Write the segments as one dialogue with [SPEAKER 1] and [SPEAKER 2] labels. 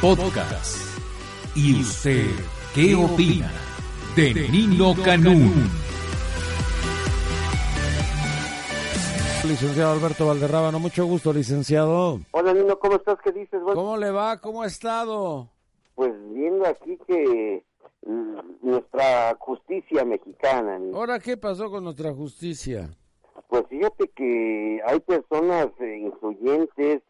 [SPEAKER 1] Podcast. ¿Y usted qué opina de Nino Canún?
[SPEAKER 2] Licenciado Alberto Valderrábano, mucho gusto, licenciado.
[SPEAKER 3] Hola Nino, ¿cómo estás? ¿Qué dices? güey?
[SPEAKER 2] ¿Cómo le va? ¿Cómo ha estado?
[SPEAKER 3] Pues viendo aquí que mm, nuestra justicia mexicana, Nino,
[SPEAKER 2] Ahora, ¿qué pasó con nuestra justicia?
[SPEAKER 3] pues fíjate que hay personas eh, influyentes,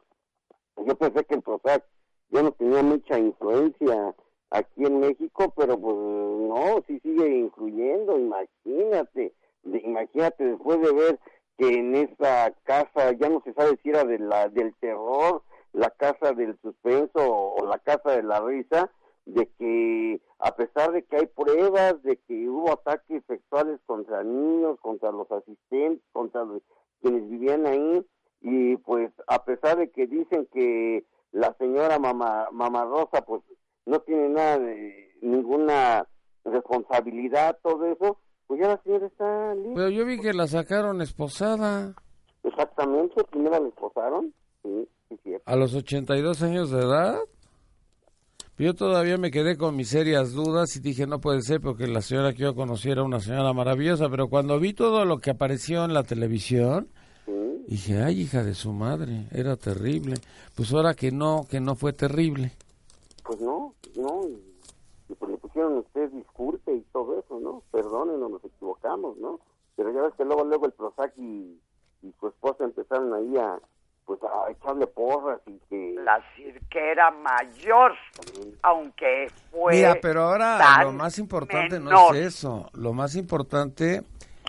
[SPEAKER 3] yo pensé que el Prozac yo no tenía mucha influencia aquí en México, pero pues no, sí sigue influyendo, imagínate, De- imagínate después de ver que en esa casa ya no se sabe si era de la del terror, la casa del suspenso o, o la casa de la risa, de que a pesar de que hay pruebas de que hubo ataques sexuales contra niños, contra los asistentes, contra los- quienes vivían ahí, y pues a pesar de que dicen que la señora mamá, mamá Rosa pues no tiene nada de- ninguna responsabilidad, todo eso, pues ya la señora está libre.
[SPEAKER 2] Pero yo vi que la sacaron esposada
[SPEAKER 3] Exactamente, primero la esposaron. Sí, sí, cierto.
[SPEAKER 2] a los 82 años de edad. Yo todavía me quedé con mis serias dudas y dije, no puede ser, porque la señora que yo conocí era una señora maravillosa, pero cuando vi todo lo que apareció en la televisión,
[SPEAKER 3] Sí.
[SPEAKER 2] dije, ay, hija de su madre, era terrible. Pues ahora que no, que no fue terrible.
[SPEAKER 3] Pues no, no. Y, y pues le pusieron a usted disculpe y todo eso, ¿no? Perdónenos, nos equivocamos, ¿no? Pero ya ves que luego, luego el Prozac y, y su esposa empezaron ahí a, pues a echarle porras y que...
[SPEAKER 4] la cirquera mayor, aunque fue.
[SPEAKER 2] Mira, pero ahora
[SPEAKER 4] tan
[SPEAKER 2] lo más importante no
[SPEAKER 4] menor.
[SPEAKER 2] es eso. Lo más importante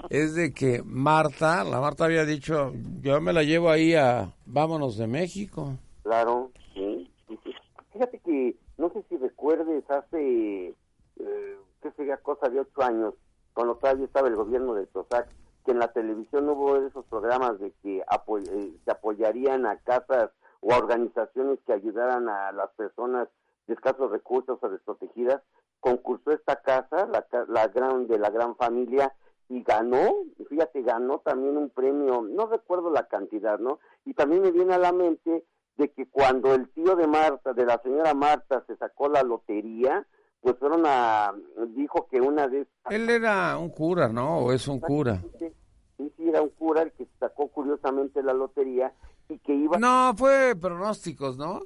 [SPEAKER 2] es de que Marta, la Marta había dicho, yo me la llevo ahí a vámonos de México.
[SPEAKER 3] Claro, sí. sí, sí. Fíjate que, no sé si recuerdes, hace, eh, qué sería cosa de ocho años, cuando todavía estaba el gobierno del Prozac, que en la televisión hubo esos programas de que apo- eh, se apoyarían a casas o a organizaciones que ayudaran a las personas de escasos recursos o desprotegidas. Concursó esta casa, la, ca- la gran de la gran familia, y ganó, fíjate, ganó también un premio, no recuerdo la cantidad, ¿no? Y también me viene a la mente de que cuando el tío de Marta, de la señora Marta, se sacó la lotería, pues fueron a, dijo que una de estas
[SPEAKER 2] Él era un cura, ¿no? O es un cura.
[SPEAKER 3] sí, sí, era un cura el que sacó curiosamente la lotería y que iba,
[SPEAKER 2] No, fue pronósticos, ¿no?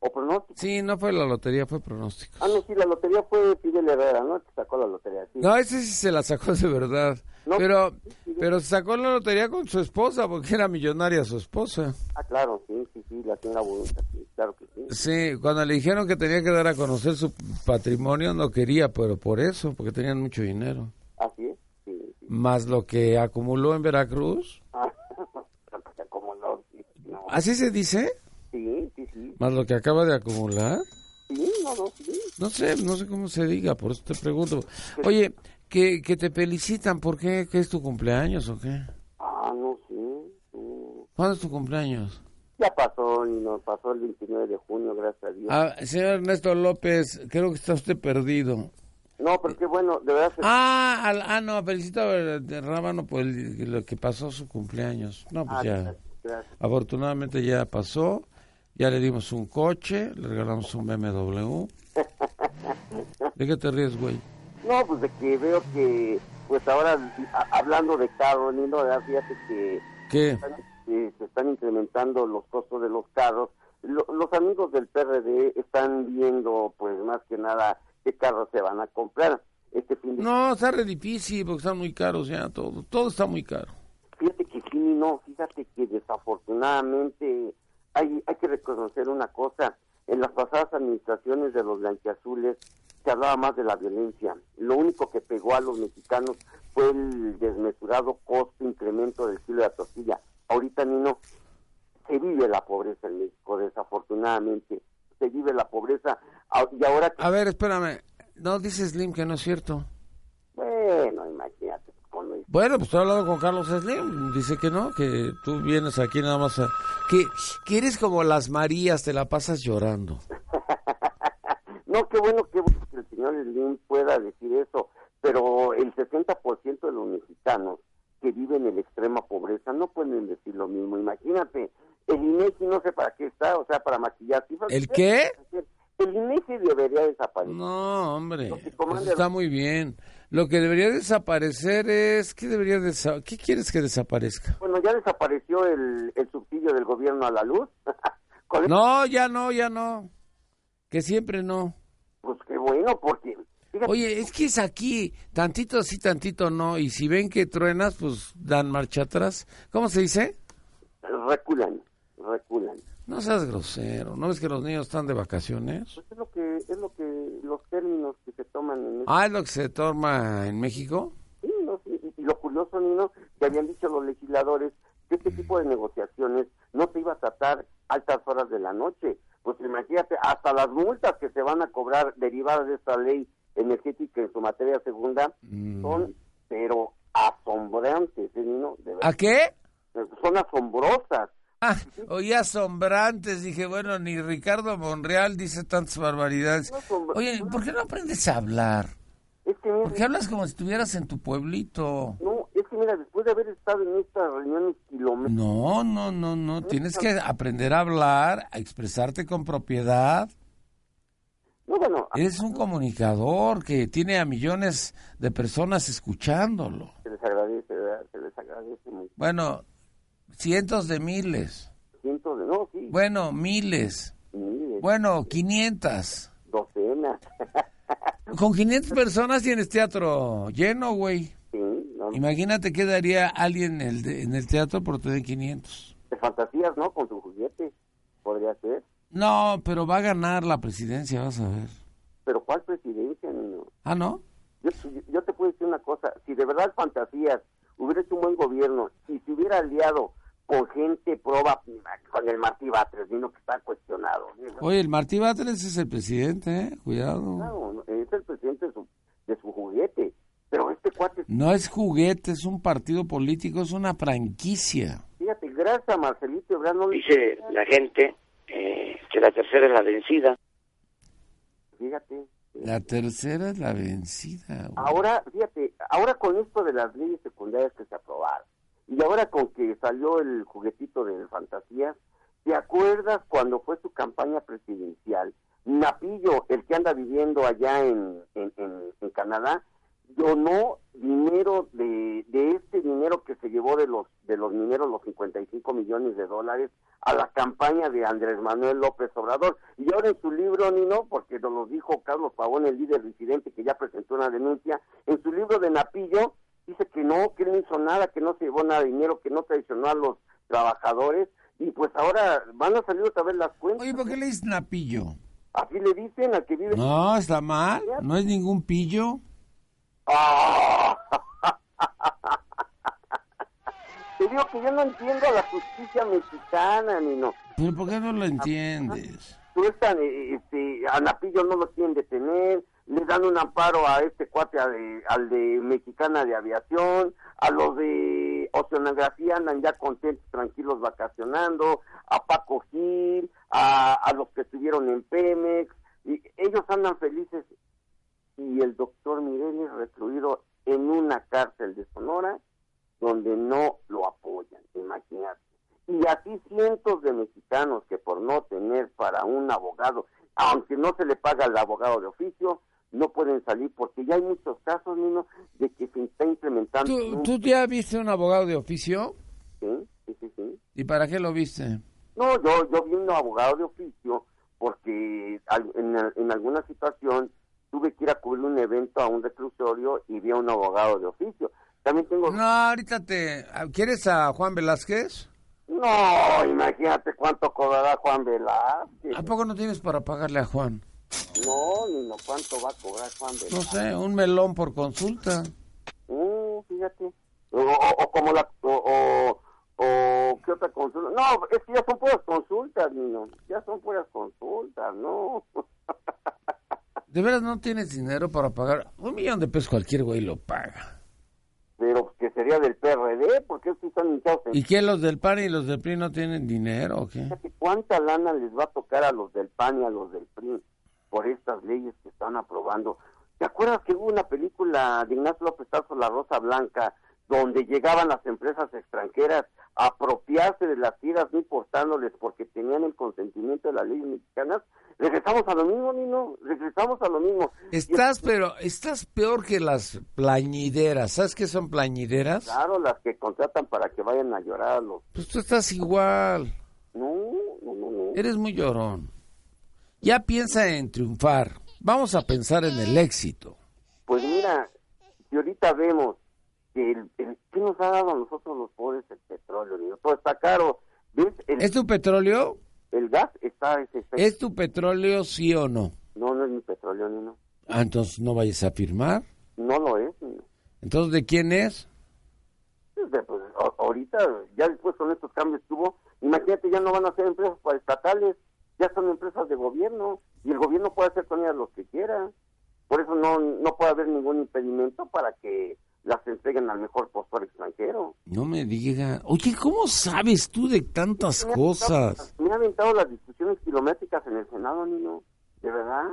[SPEAKER 3] o pronóstico,
[SPEAKER 2] Sí, no fue la lotería, fue pronósticos.
[SPEAKER 3] ah, no, sí, la lotería fue Fidel Herrera, ¿no? El que sacó la lotería, sí.
[SPEAKER 2] No, ese sí se la sacó de verdad.
[SPEAKER 3] No.
[SPEAKER 2] Pero, pero se sacó la lotería con su esposa, porque era millonaria su esposa.
[SPEAKER 3] Ah, claro, sí, sí, sí, la señora Bonita, sí, claro que sí.
[SPEAKER 2] Sí, cuando le dijeron que tenía que dar a conocer su patrimonio, no quería, pero por eso, porque tenían mucho dinero.
[SPEAKER 3] Así es, sí, sí.
[SPEAKER 2] Más lo que acumuló en Veracruz.
[SPEAKER 3] Ah, como no, sí, no.
[SPEAKER 2] ¿Así se dice?
[SPEAKER 3] Sí, sí, sí,
[SPEAKER 2] Más lo que acaba de acumular.
[SPEAKER 3] sí, no, no, sí.
[SPEAKER 2] No sé, no sé cómo se diga, por eso te pregunto. Oye, que, que te felicitan, ¿por qué? ¿Que es tu cumpleaños o qué?
[SPEAKER 3] Ah, no, sí, sí.
[SPEAKER 2] ¿Cuándo es tu cumpleaños?
[SPEAKER 3] Ya pasó, y nos pasó el 29 de junio, gracias a Dios.
[SPEAKER 2] Ah, señor Ernesto López, creo que está usted perdido.
[SPEAKER 3] No, pero qué bueno, de verdad, se-
[SPEAKER 2] Ah, al- ah no, felicito a Rábano por el- lo que pasó su cumpleaños. No, pues
[SPEAKER 3] ah,
[SPEAKER 2] ya.
[SPEAKER 3] gracias.
[SPEAKER 2] Afortunadamente ya pasó, ya le dimos un coche, le regalamos un BMW. ¿De qué te ríes, güey?
[SPEAKER 3] No, pues de que veo que, pues ahora a- hablando de carros, Nino, ya fíjate que
[SPEAKER 2] ¿Qué?
[SPEAKER 3] están- eh, se están incrementando los costos de los carros. Lo- los amigos del PRD están viendo, pues más que nada, qué carros se van a comprar. Este fin de
[SPEAKER 2] No, está re difícil porque están muy caros ya todo, todo está muy caro.
[SPEAKER 3] Fíjate que sí, no, fíjate que desafortunadamente hay, hay que reconocer una cosa. En las pasadas administraciones de los blanquiazules se hablaba más de la violencia. Lo único que pegó a los mexicanos fue el desmesurado costo incremento del kilo de la tortilla. Ahorita, Nino, se vive la pobreza en México, desafortunadamente. Se vive la pobreza. Ah, Y ahora que
[SPEAKER 2] A ver, espérame, no dice Slim que no es cierto.
[SPEAKER 3] Bueno, imagínate. Con el-
[SPEAKER 2] Bueno, pues estoy hablando con Carlos Slim, dice que no, que tú vienes aquí nada más a... Que, que eres como las Marías, te la pasas llorando.
[SPEAKER 3] No, qué bueno, qué bueno que el señor Slim pueda decir eso, pero el 60% de los mexicanos que viven en extrema pobreza no pueden decir lo mismo. Imagínate El INEGI no sé para qué está, o sea, para maquillar cifras.
[SPEAKER 2] ¿El qué?
[SPEAKER 3] El INEGI debería desaparecer.
[SPEAKER 2] No, hombre.
[SPEAKER 3] Porque
[SPEAKER 2] Eso
[SPEAKER 3] comanda-
[SPEAKER 2] está muy bien. Lo que debería desaparecer es... ¿Qué, debería desa- ¿Qué quieres que desaparezca?
[SPEAKER 3] Bueno, ya desapareció el, el subsidio del gobierno a la luz. Con eso,
[SPEAKER 2] No, ya no, ya no. Que siempre no.
[SPEAKER 3] pues qué bueno, porque... Fíjate,
[SPEAKER 2] Oye, es que es aquí, tantito sí, tantito no, y si ven que truenas, pues dan marcha atrás. ¿Cómo se dice?
[SPEAKER 3] reculan, reculan.
[SPEAKER 2] No seas grosero, ¿no ves que los niños están de vacaciones?
[SPEAKER 3] Pues es lo que, es lo que, los términos que se toman en
[SPEAKER 2] Ah, es lo que se toma en México.
[SPEAKER 3] Sí, no, sí, y, y lo curioso, Nino, que habían dicho los legisladores que este tipo de negociaciones no se iba a tratar a altas horas de la noche. Pues imagínate, hasta las multas que se van a cobrar derivadas de esta ley energética en su materia segunda
[SPEAKER 2] Mm.
[SPEAKER 3] son, pero asombrantes, ¿eh, Nino? De
[SPEAKER 2] ¿A
[SPEAKER 3] verdad,
[SPEAKER 2] qué?
[SPEAKER 3] son asombrosas.
[SPEAKER 2] Ah, oí asombrantes, dije, bueno, ni Ricardo Monreal dice tantas barbaridades. Oye, ¿por qué no aprendes a hablar?
[SPEAKER 3] Es que, mira,
[SPEAKER 2] ¿Por qué hablas como si estuvieras en tu pueblito?
[SPEAKER 3] no, es que mira, después de haber estado en estas reuniones kilométricas,
[SPEAKER 2] No, no, no, no. Tienes que aprender a hablar, a expresarte con propiedad. Mm.
[SPEAKER 3] no, bueno,
[SPEAKER 2] Eres un comunicador que tiene a millones de personas escuchándolo.
[SPEAKER 3] se les agradece, ¿verdad? se les agradece mucho.
[SPEAKER 2] Bueno, cientos de miles.
[SPEAKER 3] Cientos de, no, sí,
[SPEAKER 2] Bueno, miles.
[SPEAKER 3] miles,
[SPEAKER 2] Bueno, 500.
[SPEAKER 3] docenas.
[SPEAKER 2] Con 500 personas tienes teatro lleno, güey.
[SPEAKER 3] Sí, no,
[SPEAKER 2] Imagínate qué daría alguien en el, de- en el teatro por tener 500.
[SPEAKER 3] de fantasías, ¿no? Con su juguete, podría ser.
[SPEAKER 2] No, pero va a ganar la presidencia, vas a ver.
[SPEAKER 3] Pero ¿cuál presidencia, niño?
[SPEAKER 2] Ah, ¿no?
[SPEAKER 3] Yo, yo te puedo decir una cosa, si de verdad fantasías hubiera hecho un buen gobierno y se hubiera aliado con gente proba, con el Martí Batres, niño, que está cuestionado. ¿no?
[SPEAKER 2] Oye, el Martí Batres es el presidente, ¿eh? Cuidado.
[SPEAKER 3] Claro, es el presidente de su, de su juguete, pero este cuate,
[SPEAKER 2] No es juguete, es un partido político, es una franquicia.
[SPEAKER 3] fíjate, gracias a Marcelito Ebrard, no le-
[SPEAKER 5] dice la gente eh, que la tercera es la vencida.
[SPEAKER 3] fíjate.
[SPEAKER 2] La tercera es la vencida. güey.
[SPEAKER 3] Ahora, fíjate, ahora con esto de las leyes secundarias que se aprobaron, y ahora con que salió el juguetito de fantasía, ¿te acuerdas cuando fue su campaña presidencial? Napillo, el que anda viviendo allá en, en, en- en Canadá, donó dinero de, de este dinero que se llevó de los, de los mineros, los 55 millones de dólares, a la campaña de Andrés Manuel López Obrador. Y ahora en su libro, Nino, porque nos lo dijo Carlos Pavón, el líder disidente que ya presentó una denuncia, en su libro de Napillo dice que no, que él no hizo nada, que no se llevó nada de dinero, que no traicionó a los trabajadores. Y pues ahora van a salir otra vez las cuentas.
[SPEAKER 2] Oye, ¿por qué le dices napillo?
[SPEAKER 3] Así le dicen al que vive.
[SPEAKER 2] No, está mal. No es ningún pillo.
[SPEAKER 3] ¡Ah! Te digo que yo no entiendo a la justicia mexicana, Nino.
[SPEAKER 2] Pero ¿por qué no lo entiendes?
[SPEAKER 3] Tú están, eh, este, a Napillo no lo quieren detener, le dan un amparo a este cuate, al de, al de Mexicana de Aviación, a los de Oceanografía andan ya contentos, tranquilos, vacacionando, a Paco Gil, a, a los que estuvieron en Pemex, y ellos andan felices. Y el doctor Mireles recluido en una cárcel de Sonora, donde no lo apoyan, imagínate. Y así cientos de mexicanos que por no tener para un abogado, aunque no se le paga al abogado de oficio, no pueden salir porque ya hay muchos casos, Nino, de que se está implementando.
[SPEAKER 2] ¿Tú,
[SPEAKER 3] un-
[SPEAKER 2] tú ya viste un abogado de oficio?
[SPEAKER 3] Sí, sí, sí, sí.
[SPEAKER 2] ¿Y para qué lo viste?
[SPEAKER 3] No, yo, yo vi un abogado de oficio porque al- en, en alguna situación tuve que ir a cubrir un evento a un reclusorio y vi a un abogado de oficio. También tengo...
[SPEAKER 2] No, ahorita te... ah, ¿Quieres a Juan Velázquez?
[SPEAKER 3] No, imagínate cuánto cobrará Juan Velázquez.
[SPEAKER 2] ¿A poco no tienes para pagarle a Juan?
[SPEAKER 3] No, Nino, cuánto va a cobrar Juan
[SPEAKER 2] pues. No
[SPEAKER 3] Velázquez.
[SPEAKER 2] sé, un melón por consulta.
[SPEAKER 3] Mm, fíjate. O, o- o como la... O, o, o qué otra consulta. No, es que ya son puras consultas, Nino. Ya son puras consultas, ¿no?
[SPEAKER 2] ¿De veras no tienes dinero para pagar? Un millón de pesos cualquier güey lo paga.
[SPEAKER 3] Pero que sería del PRD, porque estos están hinchados en
[SPEAKER 2] ¿Y qué los del PAN y los del PRI no tienen dinero o qué?
[SPEAKER 3] Fíjate cuánta lana les va a tocar a los del PAN y a los del PRI por estas leyes que están aprobando. ¿Te acuerdas que hubo una película de Ignacio López Tarso, La Rosa Blanca, donde llegaban las empresas extranjeras a apropiarse de las tierras no importándoles porque tenían el consentimiento de las leyes mexicanas, regresamos a lo mismo, Nino, regresamos a lo mismo.
[SPEAKER 2] Estás, pero, estás peor que las plañideras. ¿Sabes qué son plañideras?
[SPEAKER 3] Claro, las que contratan para que vayan a llorar a los...
[SPEAKER 2] Pues tú estás igual.
[SPEAKER 3] No, no, no, no.
[SPEAKER 2] Eres muy llorón. Ya piensa en triunfar. Vamos a pensar en el éxito.
[SPEAKER 3] Pues mira, si ahorita vemos que el, el- ¿qué nos ha dado a nosotros los pobres el petróleo, Nino? Todo está caro. ¿Ves? El,
[SPEAKER 2] ¿Es tu petróleo?
[SPEAKER 3] el gas está... ese- ese-
[SPEAKER 2] ¿Es tu petróleo sí o no?
[SPEAKER 3] No, no es mi petróleo, Nino.
[SPEAKER 2] Ah, entonces no vayas a firmar.
[SPEAKER 3] No lo es, Nino.
[SPEAKER 2] Entonces, ¿de quién es?
[SPEAKER 3] Pues, pues, a- ahorita, ya después con estos cambios que hubo, imagínate, ya no van a ser empresas estatales, ya son empresas de gobierno, y el gobierno puede hacer con ellas lo que quiera. Por eso no, no puede haber ningún impedimento para que las entreguen al mejor postor extranjero.
[SPEAKER 2] No me diga. Oye, ¿cómo sabes tú de tantas cosas?
[SPEAKER 3] Me ha aventado las discusiones kilométricas en el Senado, Nino. ¿De verdad?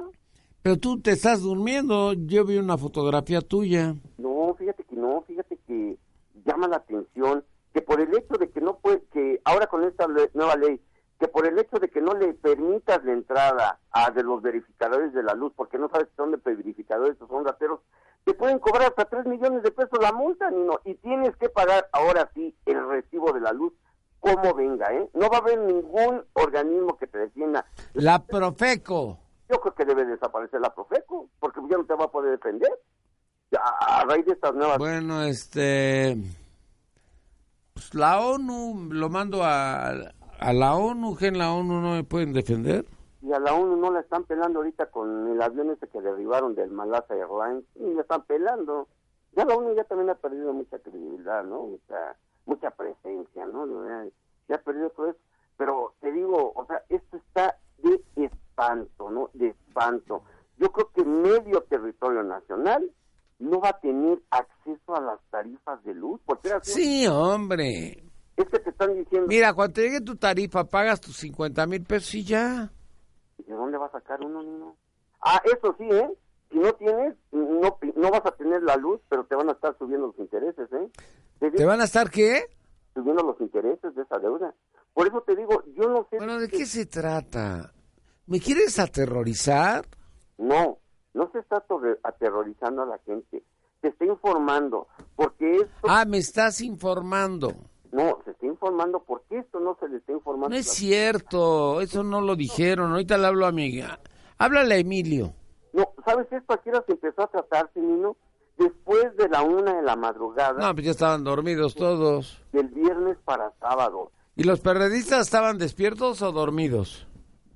[SPEAKER 2] Pero tú te estás durmiendo. Yo vi una fotografía tuya.
[SPEAKER 3] No, fíjate que no, fíjate que llama la atención que por el hecho de que no puede, que ahora con esta le- nueva ley, que por el hecho de que no le permitas la entrada a de los verificadores de la luz, porque no sabes si son de verificadores o son rateros, te pueden cobrar hasta 3 millones de pesos la multa, Nino, y tienes que pagar ahora sí el recibo de la luz, como venga, ¿eh? No va a haber ningún organismo que te defienda.
[SPEAKER 2] La Profeco.
[SPEAKER 3] Yo creo que debe desaparecer la Profeco, porque ya no te va a poder defender. A, a raíz de estas nuevas
[SPEAKER 2] Bueno, este. pues, la ONU, lo mando a, a la ONU, que en la ONU no me pueden defender.
[SPEAKER 3] Y a la ONU no la están pelando ahorita con el avión ese que derribaron del Malasa Airlines, ni la están pelando. Ya la ONU ya también ha perdido mucha credibilidad, ¿no? Mucha, mucha presencia, ¿no? Ya, ya ha perdido todo eso. Pero te digo, o sea, esto está de espanto, ¿no? De espanto. Yo creo que medio territorio nacional no va a tener acceso a las tarifas de luz, porque era así.
[SPEAKER 2] Sí, hombre.
[SPEAKER 3] es que te están diciendo,
[SPEAKER 2] Mira, cuando te llegue tu tarifa, pagas tus 50 mil pesos y ya.
[SPEAKER 3] ¿De dónde va a sacar uno, niño? Ah, eso sí, ¿eh? Si no tienes, no, no vas a tener la luz, pero te van a estar subiendo los intereses, ¿eh? Te
[SPEAKER 2] ¿Te
[SPEAKER 3] digo,
[SPEAKER 2] van a estar qué?
[SPEAKER 3] subiendo los intereses de esa deuda. Por eso te digo, yo no sé...
[SPEAKER 2] Bueno, ¿de
[SPEAKER 3] si-
[SPEAKER 2] qué se trata? ¿Me quieres aterrorizar?
[SPEAKER 3] No, no se está atorre- aterrorizando a la gente. Se está informando, porque esto...
[SPEAKER 2] Ah, me estás informando.
[SPEAKER 3] No, se está informando porque esto no se le está informando.
[SPEAKER 2] No
[SPEAKER 3] a
[SPEAKER 2] es
[SPEAKER 3] la-
[SPEAKER 2] cierto, eso no lo dijeron. Ahorita le hablo a mi... Háblale a Emilio.
[SPEAKER 3] No, ¿sabes esto? Aquí se empezó a tratarse, niño, después de la una de la madrugada
[SPEAKER 2] No, pues ya estaban dormidos todos.
[SPEAKER 3] del viernes para sábado.
[SPEAKER 2] ¿Y los perredistas estaban despiertos o dormidos?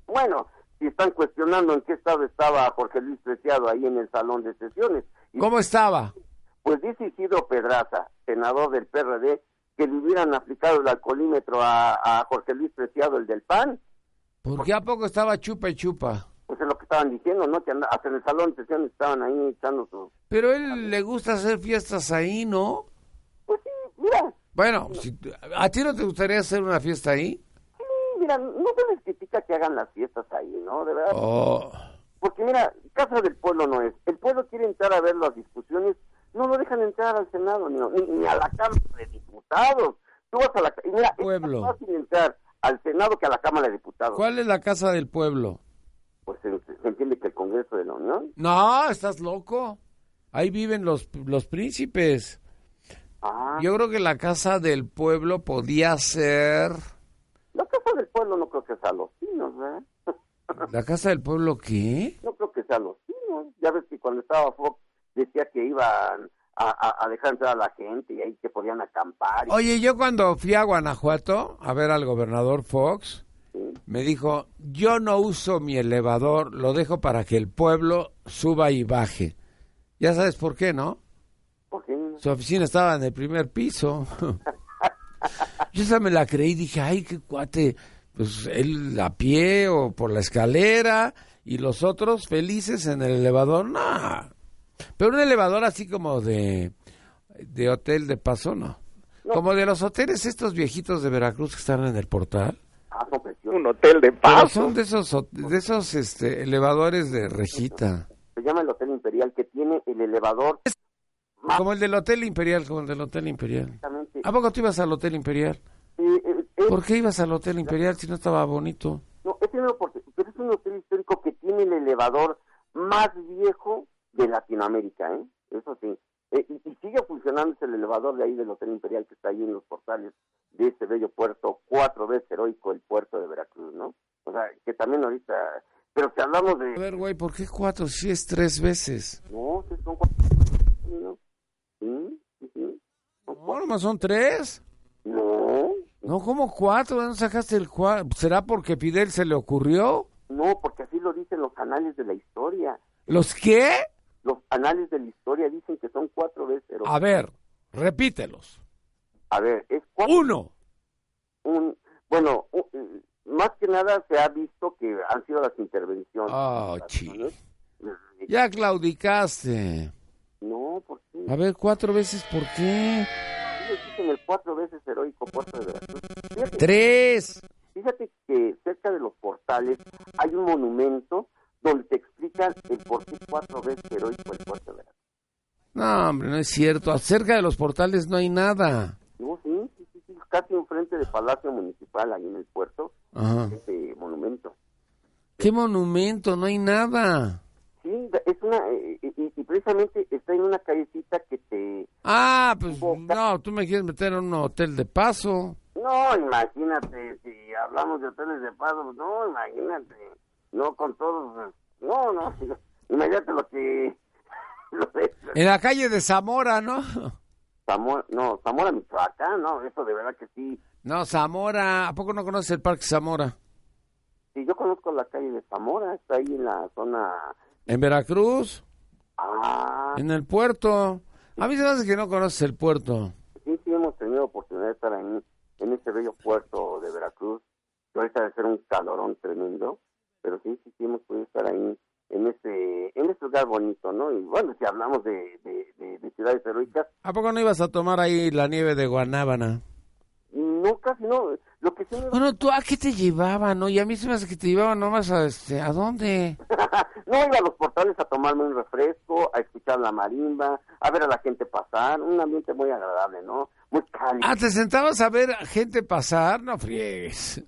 [SPEAKER 3] Bueno, si están cuestionando en qué estado estaba Jorge Luis Preciado ahí en el salón de sesiones. Y,
[SPEAKER 2] ¿Cómo estaba?
[SPEAKER 3] Pues dice Isidro Pedraza, senador del PRD, que le hubieran aplicado el alcoholímetro a, a Jorge Luis Preciado, el del PAN.
[SPEAKER 2] Porque a poco estaba chupa y chupa.
[SPEAKER 3] Pues es lo que estaban diciendo, ¿no? Que anda- hasta en el salón de sesiones estaban ahí echando su...
[SPEAKER 2] Pero él le gusta hacer fiestas ahí, ¿no?
[SPEAKER 3] Pues sí, mira,
[SPEAKER 2] Bueno, si- ¿a ti no te gustaría hacer una fiesta ahí?
[SPEAKER 3] sí, mira, no se les critica que hagan las fiestas ahí, ¿no? De verdad.
[SPEAKER 2] Oh.
[SPEAKER 3] Porque mira, casa del pueblo no es. El pueblo quiere entrar a ver las discusiones, no lo dejan entrar al Senado ni, ni- ni a la Cámara de Diputados. Tú vas a la y mira,
[SPEAKER 2] Pueblo.
[SPEAKER 3] es más fácil entrar al Senado que a la Cámara de Diputados.
[SPEAKER 2] ¿Cuál es la casa del pueblo?
[SPEAKER 3] Pues se, se entiende que el Congreso de la Unión.
[SPEAKER 2] No, estás loco. Ahí viven los, los príncipes.
[SPEAKER 3] Ah,
[SPEAKER 2] Yo creo que la casa del pueblo podía ser...
[SPEAKER 3] la casa del pueblo no creo que sea los chinos, ¿verdad?
[SPEAKER 2] ¿La casa del pueblo qué?
[SPEAKER 3] No creo que sea los chinos. Ya ves que cuando estaba Fox decía que iban a, a- a dejar entrar a la gente y ahí que podían acampar. y-
[SPEAKER 2] Oye, yo cuando fui a Guanajuato a ver al gobernador Fox,
[SPEAKER 3] Sí.
[SPEAKER 2] me dijo, yo no uso mi elevador, lo dejo para que el pueblo suba y baje. Ya sabes por qué, ¿no?
[SPEAKER 3] ¿Por qué no?
[SPEAKER 2] Su oficina estaba en el primer piso. yo esa me la creí, dije, ay, qué cuate, pues él a pie o por la escalera y los otros felices en el elevador, nada. Pero un elevador así como de, de hotel de paso, no. Como de los hoteles estos viejitos de Veracruz que están en el portal.
[SPEAKER 3] Ah, son preciosos.
[SPEAKER 5] Un hotel de
[SPEAKER 3] Ah,
[SPEAKER 2] Pero
[SPEAKER 5] paso.
[SPEAKER 2] son de esos, hot- de esos este, elevadores de rejita.
[SPEAKER 3] se llama el Hotel Imperial, que tiene el elevador
[SPEAKER 2] Como el del Hotel Imperial, como el del Hotel Imperial.
[SPEAKER 3] Exactamente.
[SPEAKER 2] ¿A poco tú ibas al Hotel Imperial?
[SPEAKER 3] Eh, eh, eh,
[SPEAKER 2] Ah, ¿Por qué ibas al Hotel Imperial si no estaba bonito?
[SPEAKER 3] No, es una oportu- pero es un hotel histórico que tiene el elevador más viejo de Latinoamérica, ¿eh? Eso sí. Eh, y, y sigue funcionando es el elevador de ahí del Hotel Imperial que está ahí en los portales de este bello puerto, cuatro veces heroico el puerto de Veracruz, ¿no? O sea, que también ahorita... Pero si hablamos
[SPEAKER 2] A
[SPEAKER 3] de...
[SPEAKER 2] ver, güey, ¿por qué cuatro si es tres veces?
[SPEAKER 3] No, sí son cuatro... ¿no? ¿Sí? ¿Sí? sí.
[SPEAKER 2] No, nomás son tres.
[SPEAKER 3] No,
[SPEAKER 2] No, ¿cómo cuatro? ¿De ¿Dónde sacaste el cuatro? ¿Será porque Fidel se le ocurrió?
[SPEAKER 3] no, porque así lo dicen los canales de la historia.
[SPEAKER 2] ¿Los qué?
[SPEAKER 3] Los anales de la historia dicen que son cuatro veces heroicos.
[SPEAKER 2] A ver, repítelos.
[SPEAKER 3] A ver, es cuatro...
[SPEAKER 2] Uno.
[SPEAKER 3] un bueno un- más que nada se ha visto que han sido las intervenciones
[SPEAKER 2] Ah,
[SPEAKER 3] ¿no?
[SPEAKER 2] chi. Ya claudicaste.
[SPEAKER 3] no por qué
[SPEAKER 2] A ver, cuatro veces, ¿por qué?
[SPEAKER 3] Ellos dicen el cuatro veces heroico puerto de Veracruz fíjate,
[SPEAKER 2] Tres.
[SPEAKER 3] fíjate que cerca de los portales hay un monumento donde te explican el por qué cuatro veces heroico el puerto de Veracruz
[SPEAKER 2] No, hombre, no es cierto. Acerca de los portales no hay nada.
[SPEAKER 3] no sí sí sí, sí, casi enfrente del palacio municipal ahí en el puerto
[SPEAKER 2] Ajá.
[SPEAKER 3] ese monumento
[SPEAKER 2] ¿Qué monumento? No hay nada.
[SPEAKER 3] sí es una eh, y, y precisamente está en una callecita que te
[SPEAKER 2] Ah, pues no, tú me quieres meter en un hotel de paso.
[SPEAKER 3] No, imagínate, si hablamos de hoteles de paso, pues, no, imagínate, no con todos, eh, no, no, imagínate lo que, lo de
[SPEAKER 2] En la calle de Zamora, ¿no?
[SPEAKER 3] Zamora, no, Zamora, Michoacán, no, eso de verdad que sí,
[SPEAKER 2] No, Zamora. ¿A poco no conoces el Parque Zamora?
[SPEAKER 3] sí, yo conozco la calle de Zamora, está ahí en la zona,
[SPEAKER 2] En Veracruz,
[SPEAKER 3] ah,
[SPEAKER 2] en el puerto. A mí se me hace que no conoces el puerto.
[SPEAKER 3] sí, sí hemos tenido oportunidad de estar ahí, en ese bello puerto de Veracruz, que ahorita debe ser un calorón tremendo, pero sí, sí, sí hemos podido estar ahí, en ese, en ese lugar bonito, ¿no? Y bueno, si hablamos de, de, de- de ciudades heroicas,
[SPEAKER 2] ¿A poco no ibas a tomar ahí la nieve de Guanábana?
[SPEAKER 3] no, casi no, lo que sí me...
[SPEAKER 2] Bueno, ¿tú a qué te llevaban, no? Y a mí se me hace que te llevaban nomás a este... ¿A dónde?
[SPEAKER 3] no iba a los portales a tomarme un refresco, a escuchar la marimba, a ver a la gente pasar, un ambiente muy agradable, ¿no? Muy cálido.
[SPEAKER 2] Ah, te sentabas a ver a gente pasar, no friegues.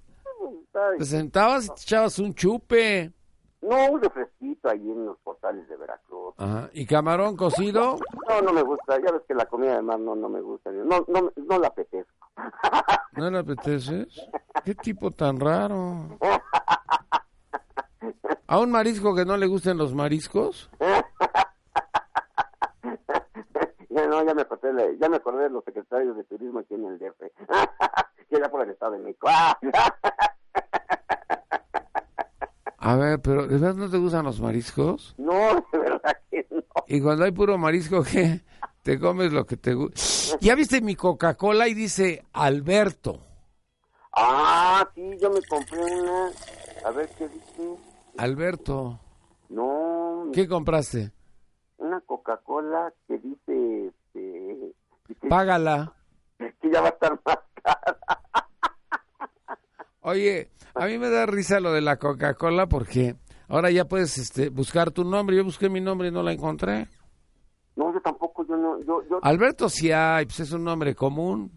[SPEAKER 3] ¿sabes?
[SPEAKER 2] Te sentabas y te echabas un chupe.
[SPEAKER 3] No, un refresquito ahí en los portales de Veracruz.
[SPEAKER 2] Ajá. ¿Y camarón cocido?
[SPEAKER 3] No, no me gusta, ya ves que la comida además no, no me gusta, no, no, no la apetezco.
[SPEAKER 2] ¿No le apeteces? ¿Qué tipo tan raro? ¿A un marisco que no le gusten los mariscos?
[SPEAKER 3] Ya, no, ya me, acordé, de- ya me acordé de los secretarios de turismo aquí en el DF. que era por el Estado de México. Ah,
[SPEAKER 2] A ver, pero ¿de verdad no te gustan los mariscos?
[SPEAKER 3] no, de verdad que no.
[SPEAKER 2] Y cuando hay puro marisco, ¿qué? Te comes lo que te gusta. Ya viste mi Coca-Cola y dice Alberto.
[SPEAKER 3] Ah, sí, yo me compré una. A ver qué dice.
[SPEAKER 2] Alberto.
[SPEAKER 3] No,
[SPEAKER 2] ¿Qué compraste?
[SPEAKER 3] una Coca-Cola que dice este, que,
[SPEAKER 2] Págala.
[SPEAKER 3] que ya va a estar más cara.
[SPEAKER 2] Oye, a mí me da risa lo de la Coca-Cola porque ahora ya puedes este, buscar tu nombre. Yo busqué mi nombre y no la encontré.
[SPEAKER 3] No, yo tampoco, yo no. Yo, yo,
[SPEAKER 2] Alberto sí hay, pues es un nombre común.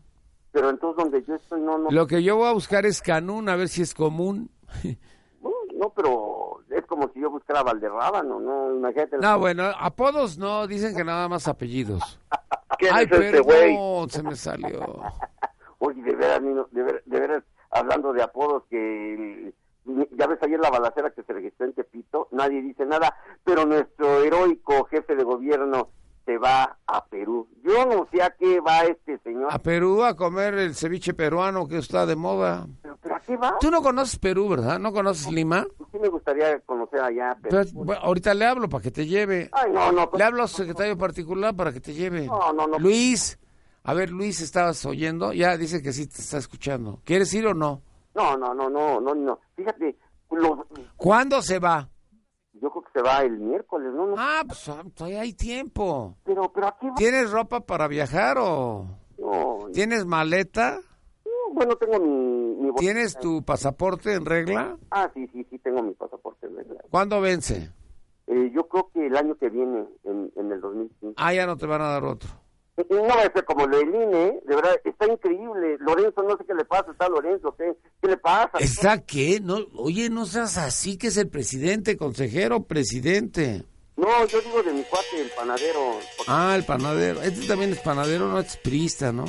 [SPEAKER 3] pero entonces donde yo estoy, no, no.
[SPEAKER 2] Lo que yo voy a buscar es Canún, a ver si es común.
[SPEAKER 3] No, pero es como si yo buscara Valderrábano, no, imagínate.
[SPEAKER 2] No, bueno, apodos no, dicen que nada más apellidos.
[SPEAKER 5] ¿Quién
[SPEAKER 2] Ay,
[SPEAKER 5] es este güey?
[SPEAKER 2] perdón, se me salió.
[SPEAKER 3] Oye, de veras, Nino, de ver- de veras, hablando de apodos que el- ya ves ayer la balacera que se registró en Tepito, nadie dice nada, pero nuestro heroico jefe de gobierno se va a Perú. Yo no sé a qué va este señor,
[SPEAKER 2] A Perú a comer el ceviche peruano que está de moda.
[SPEAKER 3] pero, pero ¿a qué va?
[SPEAKER 2] Tú no conoces Perú, ¿verdad? ¿No conoces Lima?
[SPEAKER 3] Sí me gustaría conocer allá, pero...
[SPEAKER 2] Pero, bueno, ahorita le hablo para que te lleve.
[SPEAKER 3] Ay, no, no,
[SPEAKER 2] Le
[SPEAKER 3] pues,
[SPEAKER 2] hablo a su secretario particular para que te lleve.
[SPEAKER 3] No, no, no.
[SPEAKER 2] Luis, a ver, Luis, ¿estabas oyendo? Ya dice que sí te está escuchando. ¿Quieres ir o no?
[SPEAKER 3] no, no, no, no, no, no. Fíjate, los-
[SPEAKER 2] ¿Cuándo se va?
[SPEAKER 3] yo creo que se va el miércoles, no, no,
[SPEAKER 2] Ah, pues ah, todavía hay tiempo.
[SPEAKER 3] pero, pero ¿a qué va?
[SPEAKER 2] ¿Tienes ropa para viajar o
[SPEAKER 3] No, no,
[SPEAKER 2] tienes maleta?
[SPEAKER 3] bueno, tengo mi... mi bol-
[SPEAKER 2] ¿Tienes tu pasaporte en regla?
[SPEAKER 3] Ah, sí, sí, sí, tengo mi pasaporte. ¿verdad?
[SPEAKER 2] ¿Cuándo vence?
[SPEAKER 3] eh, yo creo que el año que viene, en, en el 2015.
[SPEAKER 2] Ah, ya no te van a dar otro.
[SPEAKER 3] No va a ser como lo del INE, ¿eh? de verdad, está increíble. Lorenzo, no sé qué le pasa, está Lorenzo, ¿qué, qué le pasa?
[SPEAKER 2] ¿Está qué? No, oye, no seas así, que es el presidente, consejero, presidente.
[SPEAKER 3] No, yo digo de mi cuate, el panadero. porque
[SPEAKER 2] Ah, el panadero. Este también es panadero, no es prista, ¿no?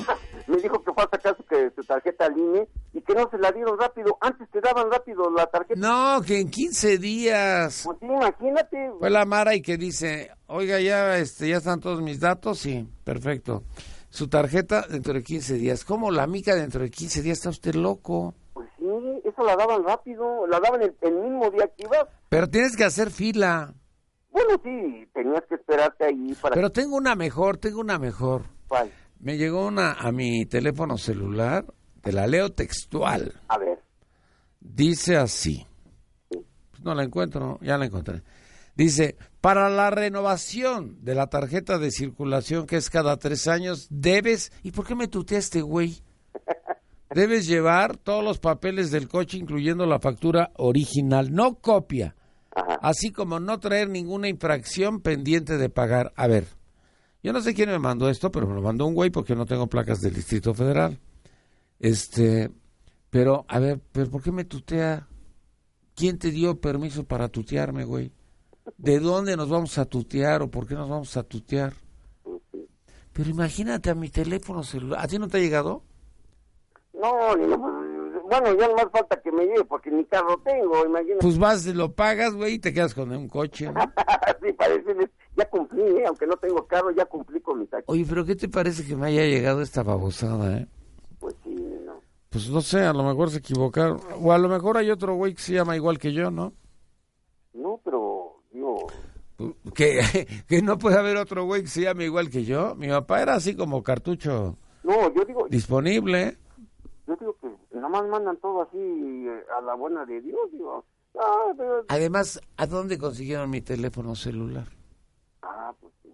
[SPEAKER 3] Me dijo que fue a sacar su, que, su tarjeta al INE y que no se la dieron rápido. Antes te daban rápido la tarjeta.
[SPEAKER 2] No, que en 15 días
[SPEAKER 3] Pues sí, imagínate.
[SPEAKER 2] fue la Mara y que dice, oiga, ya, este, ya están todos mis datos, sí, perfecto. Su tarjeta dentro de 15 días. ¿Cómo la mica dentro de 15 días? Está usted loco.
[SPEAKER 3] Pues sí, eso la daban rápido. La daban el, el mismo día que ibas.
[SPEAKER 2] Pero tienes que hacer fila.
[SPEAKER 3] Bueno, sí, tenías que esperarte ahí para
[SPEAKER 2] Pero tengo una mejor, tengo una mejor.
[SPEAKER 3] ¿Cuál?
[SPEAKER 2] Me llegó una a mi teléfono celular, te la leo textual.
[SPEAKER 3] A ver,
[SPEAKER 2] Dice así. Pues no la encuentro, ya la encontré. Dice, para la renovación de la tarjeta de circulación que es cada tres años, debes... ¿Y por qué me tutea este güey? Debes llevar todos los papeles del coche, incluyendo la factura original, no copia,
[SPEAKER 3] Ajá.
[SPEAKER 2] así como no traer ninguna infracción pendiente de pagar. A ver, yo no sé quién me mandó esto, pero me lo mandó un güey porque no tengo placas del Distrito Federal. Este, pero, a ver, ¿pero ¿por qué me tutea? ¿Quién te dio permiso para tutearme, güey? ¿De dónde nos vamos a tutear o por qué nos vamos a tutear? Pero imagínate a mi teléfono celular. ¿A ti no te ha llegado?
[SPEAKER 3] no, ni- bueno, ya no más falta que me lleve porque ni carro tengo, imagínate.
[SPEAKER 2] Pues vas, lo pagas, güey, y te quedas con un coche. ¿no?
[SPEAKER 3] sí, parece, ya cumplí, ¿eh? aunque no tengo carro, ya cumplí con mi taxi.
[SPEAKER 2] Oye, pero ¿qué te parece que me haya llegado esta babosada, eh?
[SPEAKER 3] Pues sí, no.
[SPEAKER 2] Pues no sé, a lo mejor se equivocaron. O a lo mejor hay otro güey que se llama igual que yo, ¿no?
[SPEAKER 3] No, pero, digo,
[SPEAKER 2] Que, que no puede haber otro güey que se llame igual que yo. Mi papá era así como cartucho
[SPEAKER 3] no, yo digo,
[SPEAKER 2] disponible.
[SPEAKER 3] yo digo que nomás mandan todo así eh, a la buena de Dios, digo. Ah, pero,
[SPEAKER 2] Además, ¿a dónde consiguieron mi teléfono celular?
[SPEAKER 3] ah, pues sí.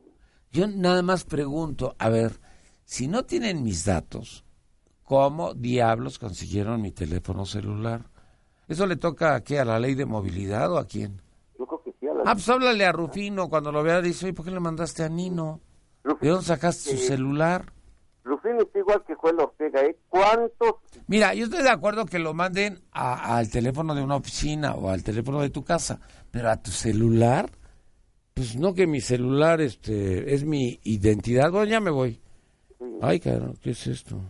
[SPEAKER 2] Yo nada más pregunto, a ver, si no tienen mis datos, ¿cómo diablos consiguieron mi teléfono celular? ¿Eso le toca a qué? ¿A la ley de movilidad o a quién?
[SPEAKER 3] Yo creo que sí a la...
[SPEAKER 2] Ah, pues háblale a Rufino cuando lo vea, dice, oye, ¿por qué le mandaste a Nino? ¿De dónde sacaste
[SPEAKER 3] Eh,
[SPEAKER 2] su celular?
[SPEAKER 3] Rufín está igual que Juan Ortega, ¿eh? ¿Cuántos?
[SPEAKER 2] Mira, yo estoy de acuerdo que lo manden a- al teléfono de una oficina o al teléfono de tu casa, pero a tu celular, pues no que mi celular este, es mi identidad. Bueno, ya me voy. Ay, cabrón, ¿qué es esto?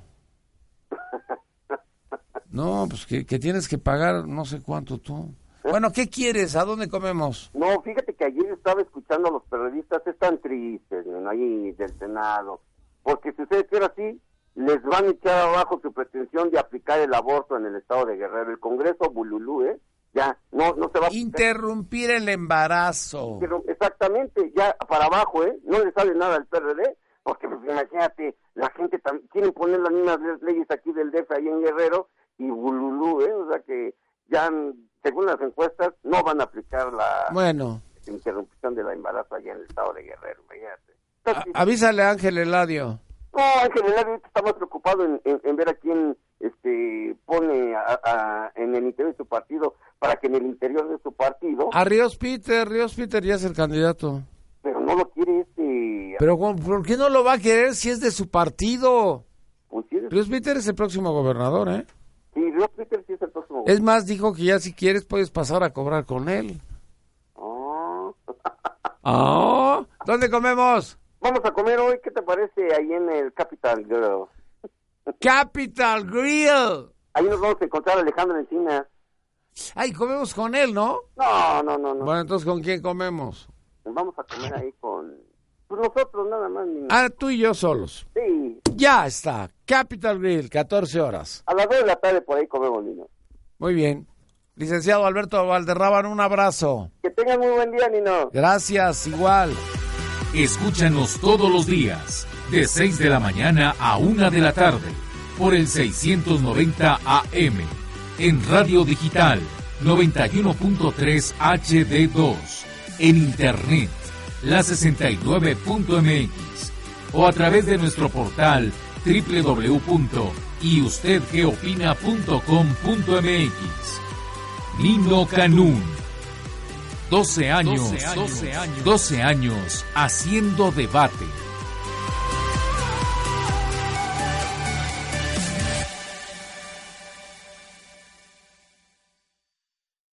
[SPEAKER 2] No, pues que, que tienes que pagar no sé cuánto tú. Bueno, ¿qué quieres? ¿A dónde comemos?
[SPEAKER 3] No, fíjate que ayer estaba escuchando a los periodistas, están tristes, ¿no? ahí del Senado, porque si ustedes quieren así, les van a echar abajo su pretensión de aplicar el aborto en el estado de Guerrero. El Congreso, bululú, ¿eh? Ya, no, no se va a...
[SPEAKER 2] Interrumpir el embarazo.
[SPEAKER 3] Pero exactamente, ya para abajo, ¿eh? No le sale nada al PRD, porque pues imagínate, la gente tam- quieren poner las mismas le- leyes aquí del DF ahí en Guerrero y bululú, ¿eh? O sea que ya, mm, según las encuestas, no van a aplicar la
[SPEAKER 2] Bueno,
[SPEAKER 3] interrupción de la embarazo allá en el estado de Guerrero, imagínate.
[SPEAKER 2] a-
[SPEAKER 3] Entonces,
[SPEAKER 2] avísale a Ángel Eladio.
[SPEAKER 3] no, Ángel Heredia ahorita está más preocupado en, en- en ver a quién este, pone a- a- en el interior de su partido para que en el interior de su partido,
[SPEAKER 2] A Ríos Peter, Ríos Peter ya es el candidato.
[SPEAKER 3] pero no lo quiere este...
[SPEAKER 2] Pero Juan, ¿por qué no lo va a querer si es de su partido?
[SPEAKER 3] pues, sí,
[SPEAKER 2] Ríos Peter es el próximo gobernador, ¿eh?
[SPEAKER 3] Sí, Río Twitter sí es el próximo.
[SPEAKER 2] Es más, dijo que ya si quieres puedes pasar a cobrar con él.
[SPEAKER 3] Ah.
[SPEAKER 2] Ah, ¿Dónde comemos?
[SPEAKER 3] Vamos a comer hoy, ¿qué te parece? Ahí en el Capital Girl.
[SPEAKER 2] Capital Grill.
[SPEAKER 3] Ahí nos vamos a encontrar Alejandro Encina.
[SPEAKER 2] Ay, comemos con él, ¿no?
[SPEAKER 3] No, no, no, no.
[SPEAKER 2] Bueno, entonces, ¿con quién comemos?
[SPEAKER 3] Vamos a comer ahí con pues nosotros nada más. ni-
[SPEAKER 2] Ah, tú y yo solos.
[SPEAKER 3] Sí,
[SPEAKER 2] Ya está. Capital Grill, 14 horas.
[SPEAKER 3] a las dos de la tarde por ahí comemos, Nino.
[SPEAKER 2] Muy bien. Licenciado Alberto Valderraban, un abrazo.
[SPEAKER 3] Que tengan muy buen día, Nino.
[SPEAKER 2] Gracias, igual.
[SPEAKER 1] Escúchanos todos los días, de 6 de la mañana a 1 de la tarde, por el 690 AM, en Radio Digital 91.3 HD2, en Internet, la 69.mx, o a través de nuestro portal www.yustedgeopina.com.mx. Nino Canún. 12 años, 12 años, 12 años haciendo debate.